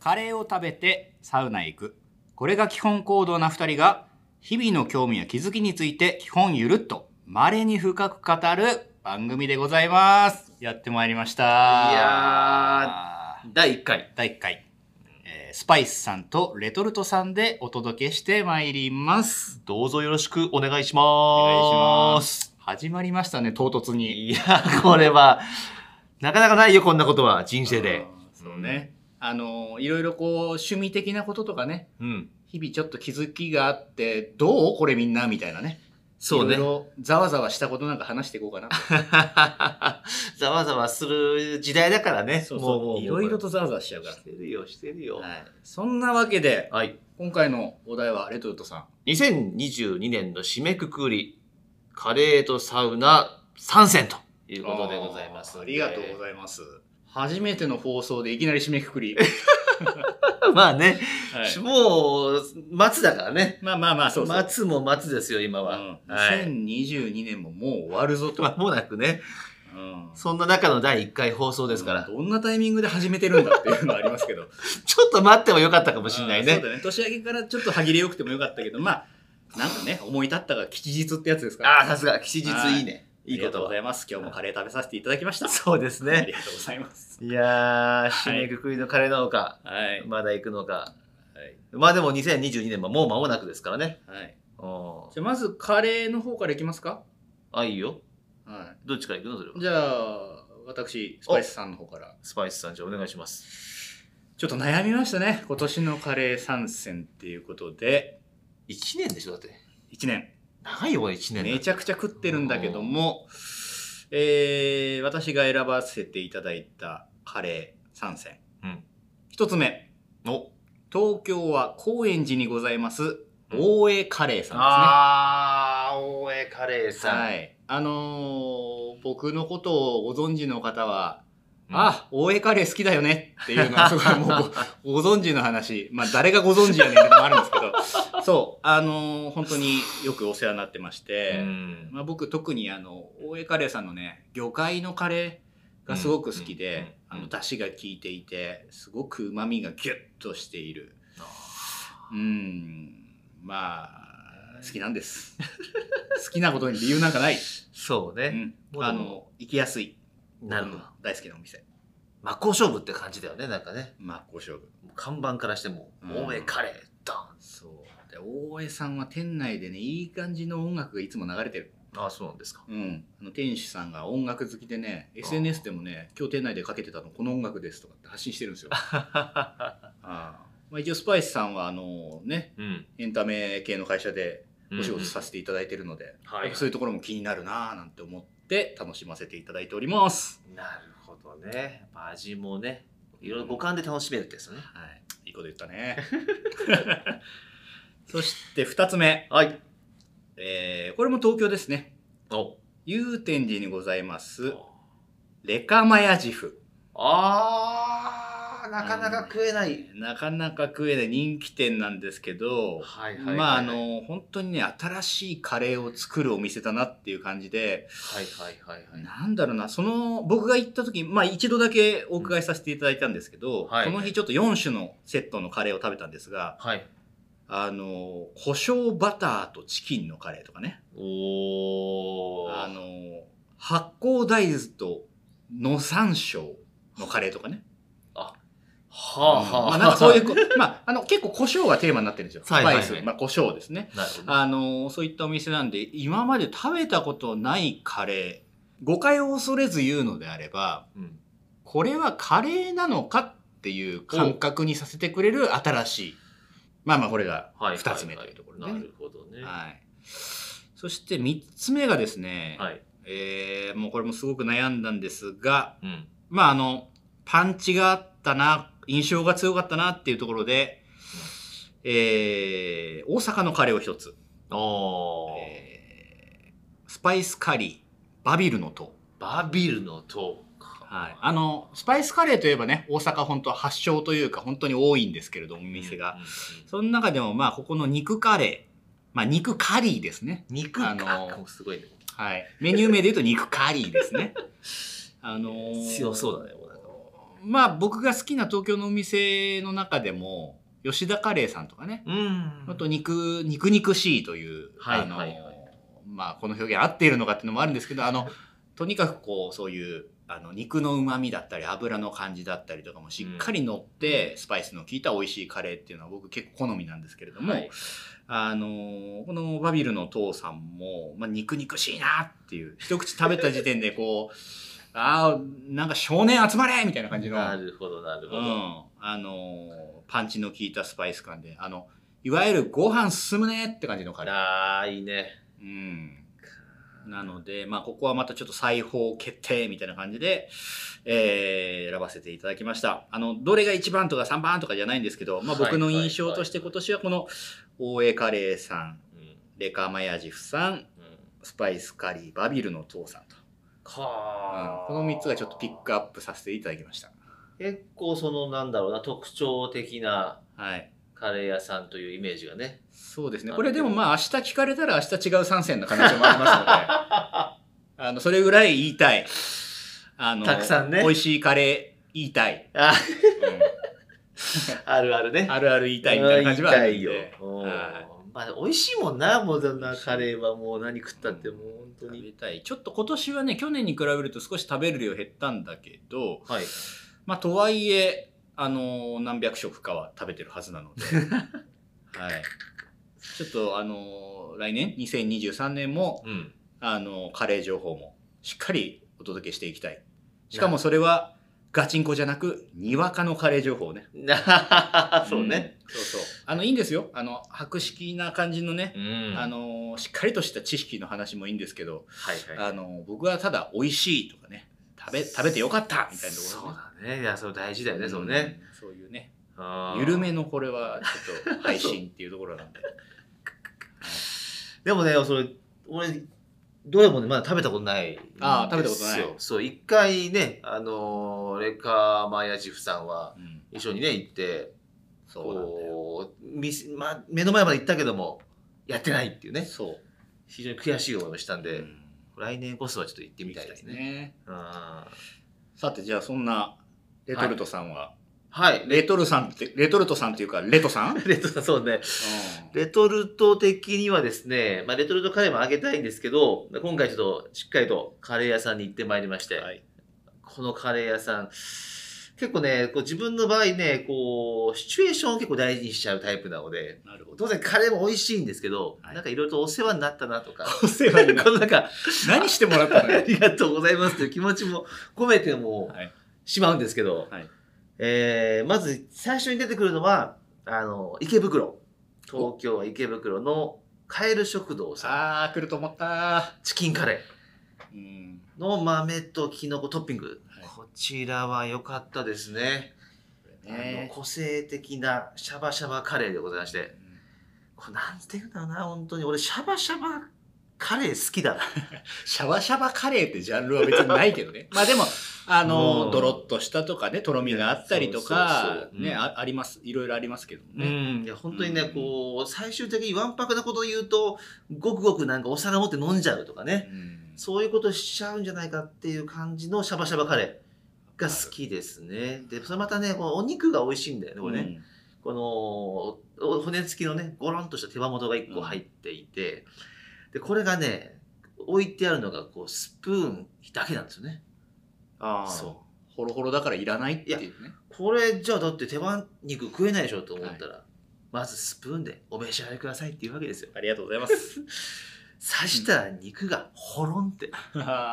カレーを食べてサウナへ行く。これが基本行動な二人が、日々の興味や気づきについて基本ゆるっと、稀に深く語る番組でございます。やってまいりました。いや第1回。第1回、えースパイスさんとレトルトさんでお届けしてまいります。どうぞよろしくお願いしお願いしま。ますす。始まりましたね、唐突に。いや、これは、なかなかないよ、こんなことは、人生うで。んそうね。あの、いろいろこう、趣味的なこととかね、うん。日々ちょっと気づきがあって、どうこれみんなみたいなね。そうねい。ろいろざわざわしたことなんか話していこうかな。ざわざわする時代だからね。 そうそうもう、もういろいろとざわざわしちゃうかしてるよ、してるよら。。はい。そんなわけで、はい。今回のお題はレトルトさん。 2022年の締めくくり、カレーとサウナ参戦ということでございます。あーありがとうごいざいます。初めての放送でいきなり締めくくり。ます。まあね、はいもう、末だからね。まあまあまあ、そうそう。末も末ですよ、今うは。ん、はい。 2022年ももう終わるぞと。まもなくね、うんそんな中の第1回放送ですから、どんなタイミングで始めてるんだっていうのはありますけど。かちょっと待ってもよかったかもしれないねそう。だね。年明けからちょっと歯切れよくてもよかったけど、まあ、なんかね、思い立ったが吉日ってやつですから。ああ、さすが、吉日いいね。いいありこがとうとごはざ。います。今日もカレー食べさせていただきました。そうですありね。がとうございます。いやー、はい締めくくりのカレー農家、はい。まだ行くのか。はい。まあでも2022年ももう間もなくですからね。はい。うん。じゃあ、まずカレーの方からいきますか。あ、いいよ。はどっちから行くのそれい。は。じゃあ、私、スパイスさんの方から。スパイスさん、じゃあお願いします。ちょっと悩みましたね。今年のカレー参戦っていうことで、 1年でしょ、だって。 1年。長いよ、これ1年。めちゃくちゃ食ってるんだけども、えー私が選ばせていただいたカレー参戦。うん一つ目、お東京は高円寺にございます、うん大江カレーさんあー、大江カレーですね。さん。はい。あのー僕のことをご存知の方は、うんあ、大江カレー好きだよねっていうのはすごいも うごご存知の話。まあ誰がご存知やねんってのもあるんですけど、そう、あのー本当によくお世話になってまして、うんまあ、僕特にあの大江カレーさんのね魚介のカレーがすごく好きで、うんうんうんあの出汁が効いていてすごくうまみがギュッとしているあうんまあ好きなんです 好きなことに理由なんかない、そううね。ん、もうあの行きやすいなるほどうん。大好きなお店真っ向勝負って感じだよね、なんかね。真っ向勝負もう看板からしても、うん大江カレー、ドそうで大江さんは店内でねいい感じの音楽がいつも流れてる、ンああ、そうなんですか。うん、あの店主さんが音楽好きでね SNS でもね今日店内でかけてたのこの音楽ですとかって発信してるんですよ ああまあ、一応スパイスさんはあのねうん。エンタメ系の会社でお仕事させせていただいてるので、はやっぱそういうところも気になるなぁなんて思って楽しませていただいております。なるほどね。やっぱ味もね、いろいろ五感で楽しめるってやつね。はい、いいこと言ったね。 そして2つ目、はい。えーこれも東京ですね。お祐天寺にございますレカマヤジフ。あー、なかなか食えない。なかなか食えない人気店なんですけど、はいはいはい。まああはいの本当にね新しいカレーを作るお店だなっていう感じで、はいはいはい。なんだろうな、その、僕が行った時、まあ一度だけお伺いさせていただいたんですけど、はいその日ちょっと4種のセットのカレーを食べたんですが、はい。あの、胡椒バターとチキンのカレーとかね、おー。あの、発酵大豆と野山椒のカレーとかね。はあはあ。まあなんかそういうこ、まああの結構胡椒がテーマになってるんですよ。スはいパはいイはス、いまあ胡椒ですね。 なるほど。あの、そういったお店なんで、今まで食べたことないカレー、誤解を恐れず言うのであれば、うんこれはカレーなのかっていう感覚にさせてくれる新しい。まあまあこれがはい2つ目というところで、ねなはいるほどね。そして3つ目がですね、はい。えーもうこれもすごく悩んだんですが、うん。まああの、パンチがあったな、印象が強かったなっていうところで、えー大阪のカレーを一つ、おー。えースパイスカリー、バビルの塔。バビルの塔か。はい、あのスパイスカレーといえばね大阪本当は発祥というか本当に多いんですけれどもおうん店が、うんうんその中でもまあここの肉カレーまあ肉カリーですね肉か。あのーすごいね。 はいメニュー名で言うと肉カリーですねあのー強そうだねもうなんかまあ僕が好きな東京のお店の中でも、吉田カレーさんとかね、うんあと肉、肉肉しいという、はいあの、はいはいまあこの表現合っているのかっていうのもあるんですけど、あの、とにかくこう、そういう、あの、肉の旨味だったり、油の感じだったりとかもしっかり乗って、スパイスの効いた美味しいカレーっていうのは僕結構好みなんですけれども、はいあのーこのバビルの父さんも、まあ、肉肉しいなっていう、一口食べた時点でこう、 ああ、なんか少年集まれみたいな感じの、なるほどなるうほど、ん、あのーパンチの効いたスパイス感で、あの、いわゆるご飯進むねって感じのカレー。ああいいねうん。なので、まあ、ここはまたちょっと裁縫決定みたいな感じで、えー選ばせていただきました。あの、どれが1番とか3番とかじゃないんですけど、まあ、僕の印象として今年はこの、大江カレーさん、うんレカマヤジフさん、うんスパイスカリー、バビルの父さんと。かこの3つがちょっとピックアップさせていただきました。結構そのなんだろうな特徴的なはい。カレー屋さんというイメージがねそうですね。こなるほどれでもまあ明日聞かれたら明日違う参戦の可能性もありますので、あの、それぐらい言いたい。あの、たくさんね美味しいカレー言いたい。うああるあるねんあるある言いたいみたいな感じはあるんよで。はいまあ美味しいもんなもうそんなカレーはもう何食ったってもう本当食にべたい。ちょっと今年はね、去年に比べると少し食べる量減ったんだけど、はいまあ、とはいえ、あのー何百食かは食べてるはずな ので、はい。ちょっと、あのー来年、2023年も、うんあのーカレー情報もしっかりお届けしていきたい。しかもそれは、ガチンコじゃなく、にわかのカレー情報をね。なそうね、うん。 そうそう。あの、いいんですよ。あの、博識な感じのね、うんあのーしっかりとした知識の話もいいんですけど、はいはいあのー僕はただ、美味しいとかね、食べ、食べてよかったみたいなところそをうねだねいやそれ大事だよね、そうね。うんそういうね。あー緩めのこれはちょっと配信っていうところなんで。 でもねそれ俺どれもねまだ食べたことないんですよあー食べたことないそう一回ねあのーレカマヤジフさんはうん、一緒にね行ってそうなんだよ。こうみすまあ、目の前まで行ったけどもやってないっていうねそう。非常に悔しい思いをしたんで、うん来年こそはちょっと行ってみたいですね。うんさてじゃあそんなレトルトさんは、はい、レレトルさんってレトルトさんっていうかレトさん？うんレトルト、そうね。レトルト的にはですね、まあ、レトルトカレーもあげたいんですけど、今回ちょっとしっかりとカレー屋さんに行ってまいりまして、はいこのカレー屋さん、結構ね、こう自分の場合ね、こう、シチュエーションを結構大事にしちゃうタイプなので、なるほど。当然カレーも美味しいんですけど、はいなんかいろいろとお世話になった なとか、お世話になっこのなんか、た何してもらったのあよ。りがとうございますという気持ちも込めてもはいしまうんですけど、はいえーまず最初に出てくるのはあの池袋東京は池袋のカエル食堂さんああ来ると思った。チキンカレうん。ーの豆とキノコトッピング、はいこちらは良かったですね、あのね。個性的なシャバシャバカレーでございましうてんこれなんていうんだろうな本当に俺シャバシャバカレー好きだなシャバシャバカレーってジャンルは別にないけどね。まあ でも、あうの、んドロッとしたとかね、とろみがあったりとかそうそう、そうね、うんああります。いろいろありますけどもね。うん、いや本当にね、うんこう最終的にわんぱくなことを言うとごくごくなんかお皿持って飲んじゃうとかね、うんそういうことしちゃうんじゃないかっていう感じのシャバシャバカレーが好きですねでそれまたねこのお肉が美味しいんだよねこれね、このお骨付きのねゴロンとした手羽元が1個入っていて、でこれがね置いてあるのがこうスプーンだけなんですよねああそそうホロホロだからいらないっていうねこれじゃあだって手羽肉食えないでしょと思ったら、まずスプーンでお召し上がりくださいっていうわけですよありがとうございます刺したら肉がほろんって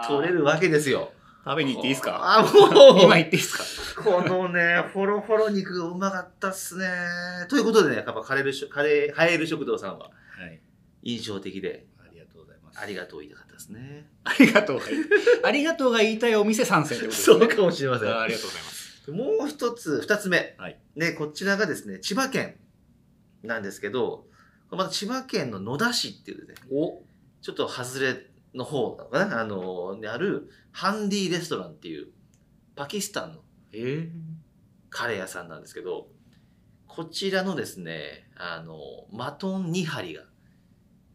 取取れるわけですよ。食べに行っていいですかあ、もう今行っていいですかこのね、ほろほろ肉うまかったっすね。ということでね、やっぱカレールしカレー、カエル食堂さんははい印象的で、ありがとうございますありがとう言いたかったですね。ありがとうが言いありがとうが言いたいお店参戦ってことですそうねかもしれませああん。りがとうございますもう一つ、二つ目、はいね。こちらがですね、千葉県なんですけど、また千葉県の野田市っていうね、おちょっと外れの方なのかな、あの、にあるハンディレストランっていう、パキスタンのえーカレー屋さんなんですけどこちらのですねあのマトン2針が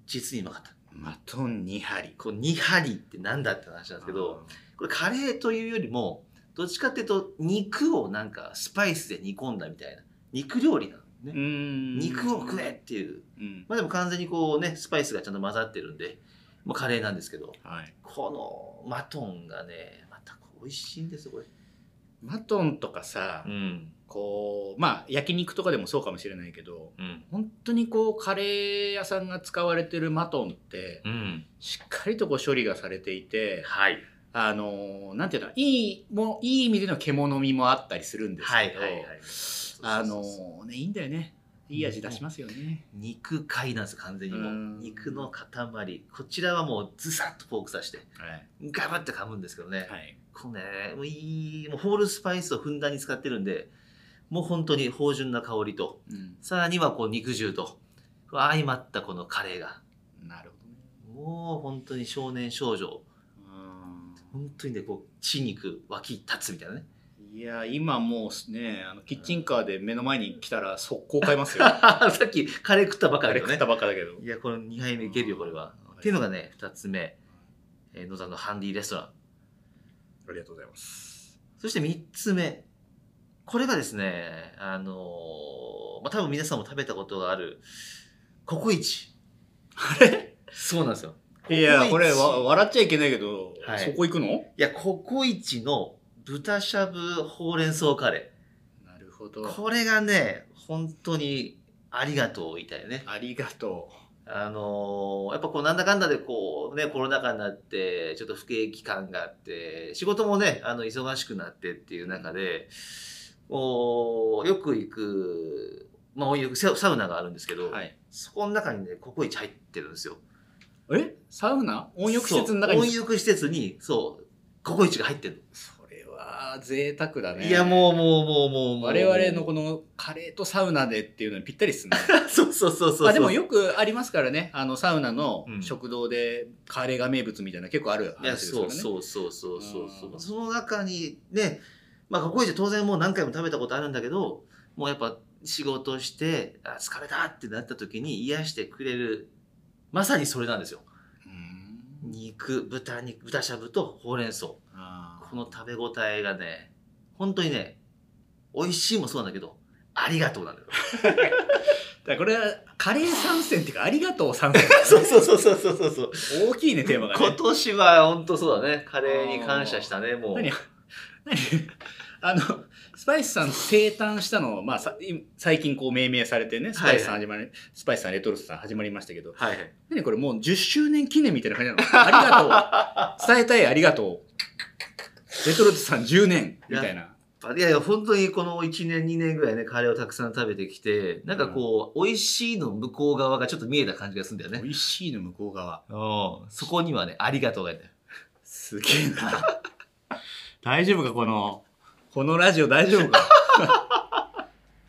実にうまかったマトン2針こう2針ってなんだって話なんですけどこれカレーというよりもどっちかっていうと肉をなんかスパイスで煮込んだみたいな肉料理なのね、肉肉を食えっていううんまあでも完全にこうねスパイスがちゃんと混ざってるんで、まあ、カレーなんですけどはい、このマトンがねまたこう美味しいんですよこれマトンとかさ、んこうまあ焼肉とかでもそうかもしれないけどうん本当にこうカレー屋さんが使われてるマトンってうんしっかりとこう処理がされていてはいあのなんていうのいいもいい意味での獣味もあったりするんですはけいど、はいはいあそうそうそうのねいいんだよねいい味出しますよね、肉塊なんです完全にもううん肉の塊こちらはもうズサッとフォーク刺してはいガバッて噛むんですけどね、はいこうねもういいもうホールスパイスをふんだんに使ってるんでもう本当に芳醇な香りとうん、さらにはこう肉汁と相まったこのカレーがなるほどねもう本当に少年少女うん本当にねこう血肉湧き立つみたいなね いや今もうねあのキッチンカーで目の前に来たら速攻買い ますよさっきカレー食ったばかあれりの食っねたばっかだけどいやこの2杯目いけるよこれはうんっていうのがね2つ目、えー野田のハンディレストランありがとうございますそして3つ目。これがですね、あのーまあ、多分皆さんも食べたことがある、ココイチ。あれそうなんですよ。いやコこコイチれわ笑っちゃいけないけど、はいそこ行くのいや、ココイチの豚しゃぶほうれん草カレなるほどー。これがね、本当にありがとうみたいね。ありがとあのーやっぱこうなんだかんだでこうね、コロナ禍になって、ちょっと不景気感があって、仕事もね、あの、忙しくなってっていう中で、およく行く、まあ、お湯行くサウサウナがあるんですけうど、はいそこの中にね、ココイチ入ってるんですよ。えサウナ温浴施設の中にそう温浴施設に、そう、ココイチが入ってるそれは贅沢だの。ねいや、もう、もう、もう、もう、もう我々のこのカレーとサウナでっていうのにぴったりっすね そうそうそうそうそう。あでもよくありますからねあのサウナのうん食堂でカレーが名物みたいな結構ある話いやですかそらうねそうそうそうそうそううんその中にねまあココイチ当然もう何回も食べたことあるんだけどもうやっぱ仕事してあ疲れたってなった時に癒してくれるまさにそれなんですようん肉豚肉豚しゃぶとほうれん草こあーの食べ応えがね本当にね美味しいもそうなんだけどありがと うなんだよだからこれはカレー参戦っていうかありがとう参戦、ね、 そうそうそうそうそうそうそう大きいねテーマが今ね年は本当そうだねカレーに感謝したねもう何 何あのスパイスさん生誕したのまあさい最近こう命名されてねスパイスさん始まり、スパイスさんレトルトさん始まりましたけどはいはい何これもう10周年記念みたいな感じなのあ りがとう伝えたいありがとうレトルトさん10年みたいなやいや、本当にこの1年、2年ぐらいね、カレーをたくさん食べてきて、なんかこう、美味しいの向こう側がちょっと見えた感じがするんだよね。美味しいの向こう側うんそこにはね、ありがとうがね。すげえ な大丈夫かこのこのラジオ大丈夫か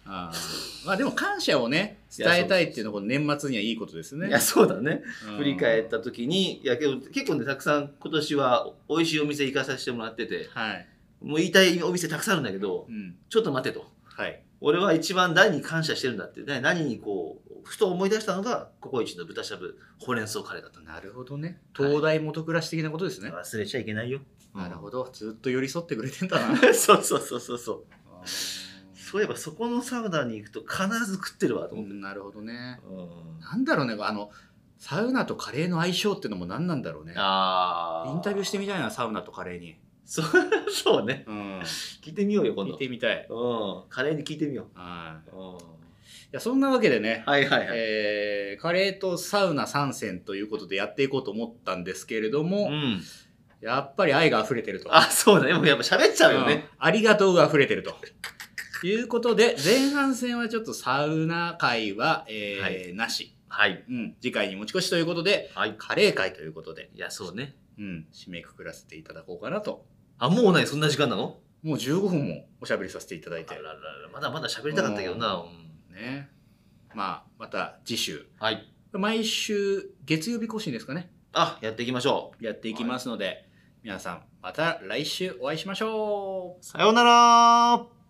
あーまあでも感謝をね伝えたいっていうのはこの年末にはいいことですねいや、そうだね。うん振り返った時に、いや、けど結構ね、たくさん今年は美味しいお店行かさせてもらってて、はい、もう言いたいお店たくさんあるんだけどう、ん、ちょっと待てと。はい俺は一番何に感謝してるんだって、ね、何にこう、ふと思い出したのが、ココイチの豚しゃぶ、ほうれん草カレーだったんだ。なるほどね東大元暮らし的なことですね、忘れちゃいけないよ。なるほどずっと寄り添ってくれてんだ など。 そうそうそうそうそう。そういえばそこのサウナに行くと必ず食ってるわと思って、なるほどねうんなんだろうねあのサウナとカレーの相性ってのも何なんだろうねあインタビューしてみみたいなサウナとカレーに、そう そうねうん、聞いてみようよ今見度てみたい、うんカレーに聞いてみよ、はいううん、いやそんなわけでね、はいはいはい、えーカレーとサウナ参戦ということでやっていこうと思ったんですけれども、うんやっぱり愛が溢れてるとあそうだねもうやっぱ喋っちゃうようんね、ありがとうが溢れてると。いうことで、前半戦はちょっとサウナ会は、えーはいなし、はいうん。次回に持ち越しということで、はいカレー会ということで、いやそうねうん、締めくくらせていただこうかなと。あもうないそんな時間なのもう15分もおしゃべりさせていただいあてら、ららまだまだ喋りたかったけどな、うんね。まあ、また次週。はい毎週月曜日更新ですかね。あやっていきましょやっていきますので、皆さんまた来週お会いしましょううさようなら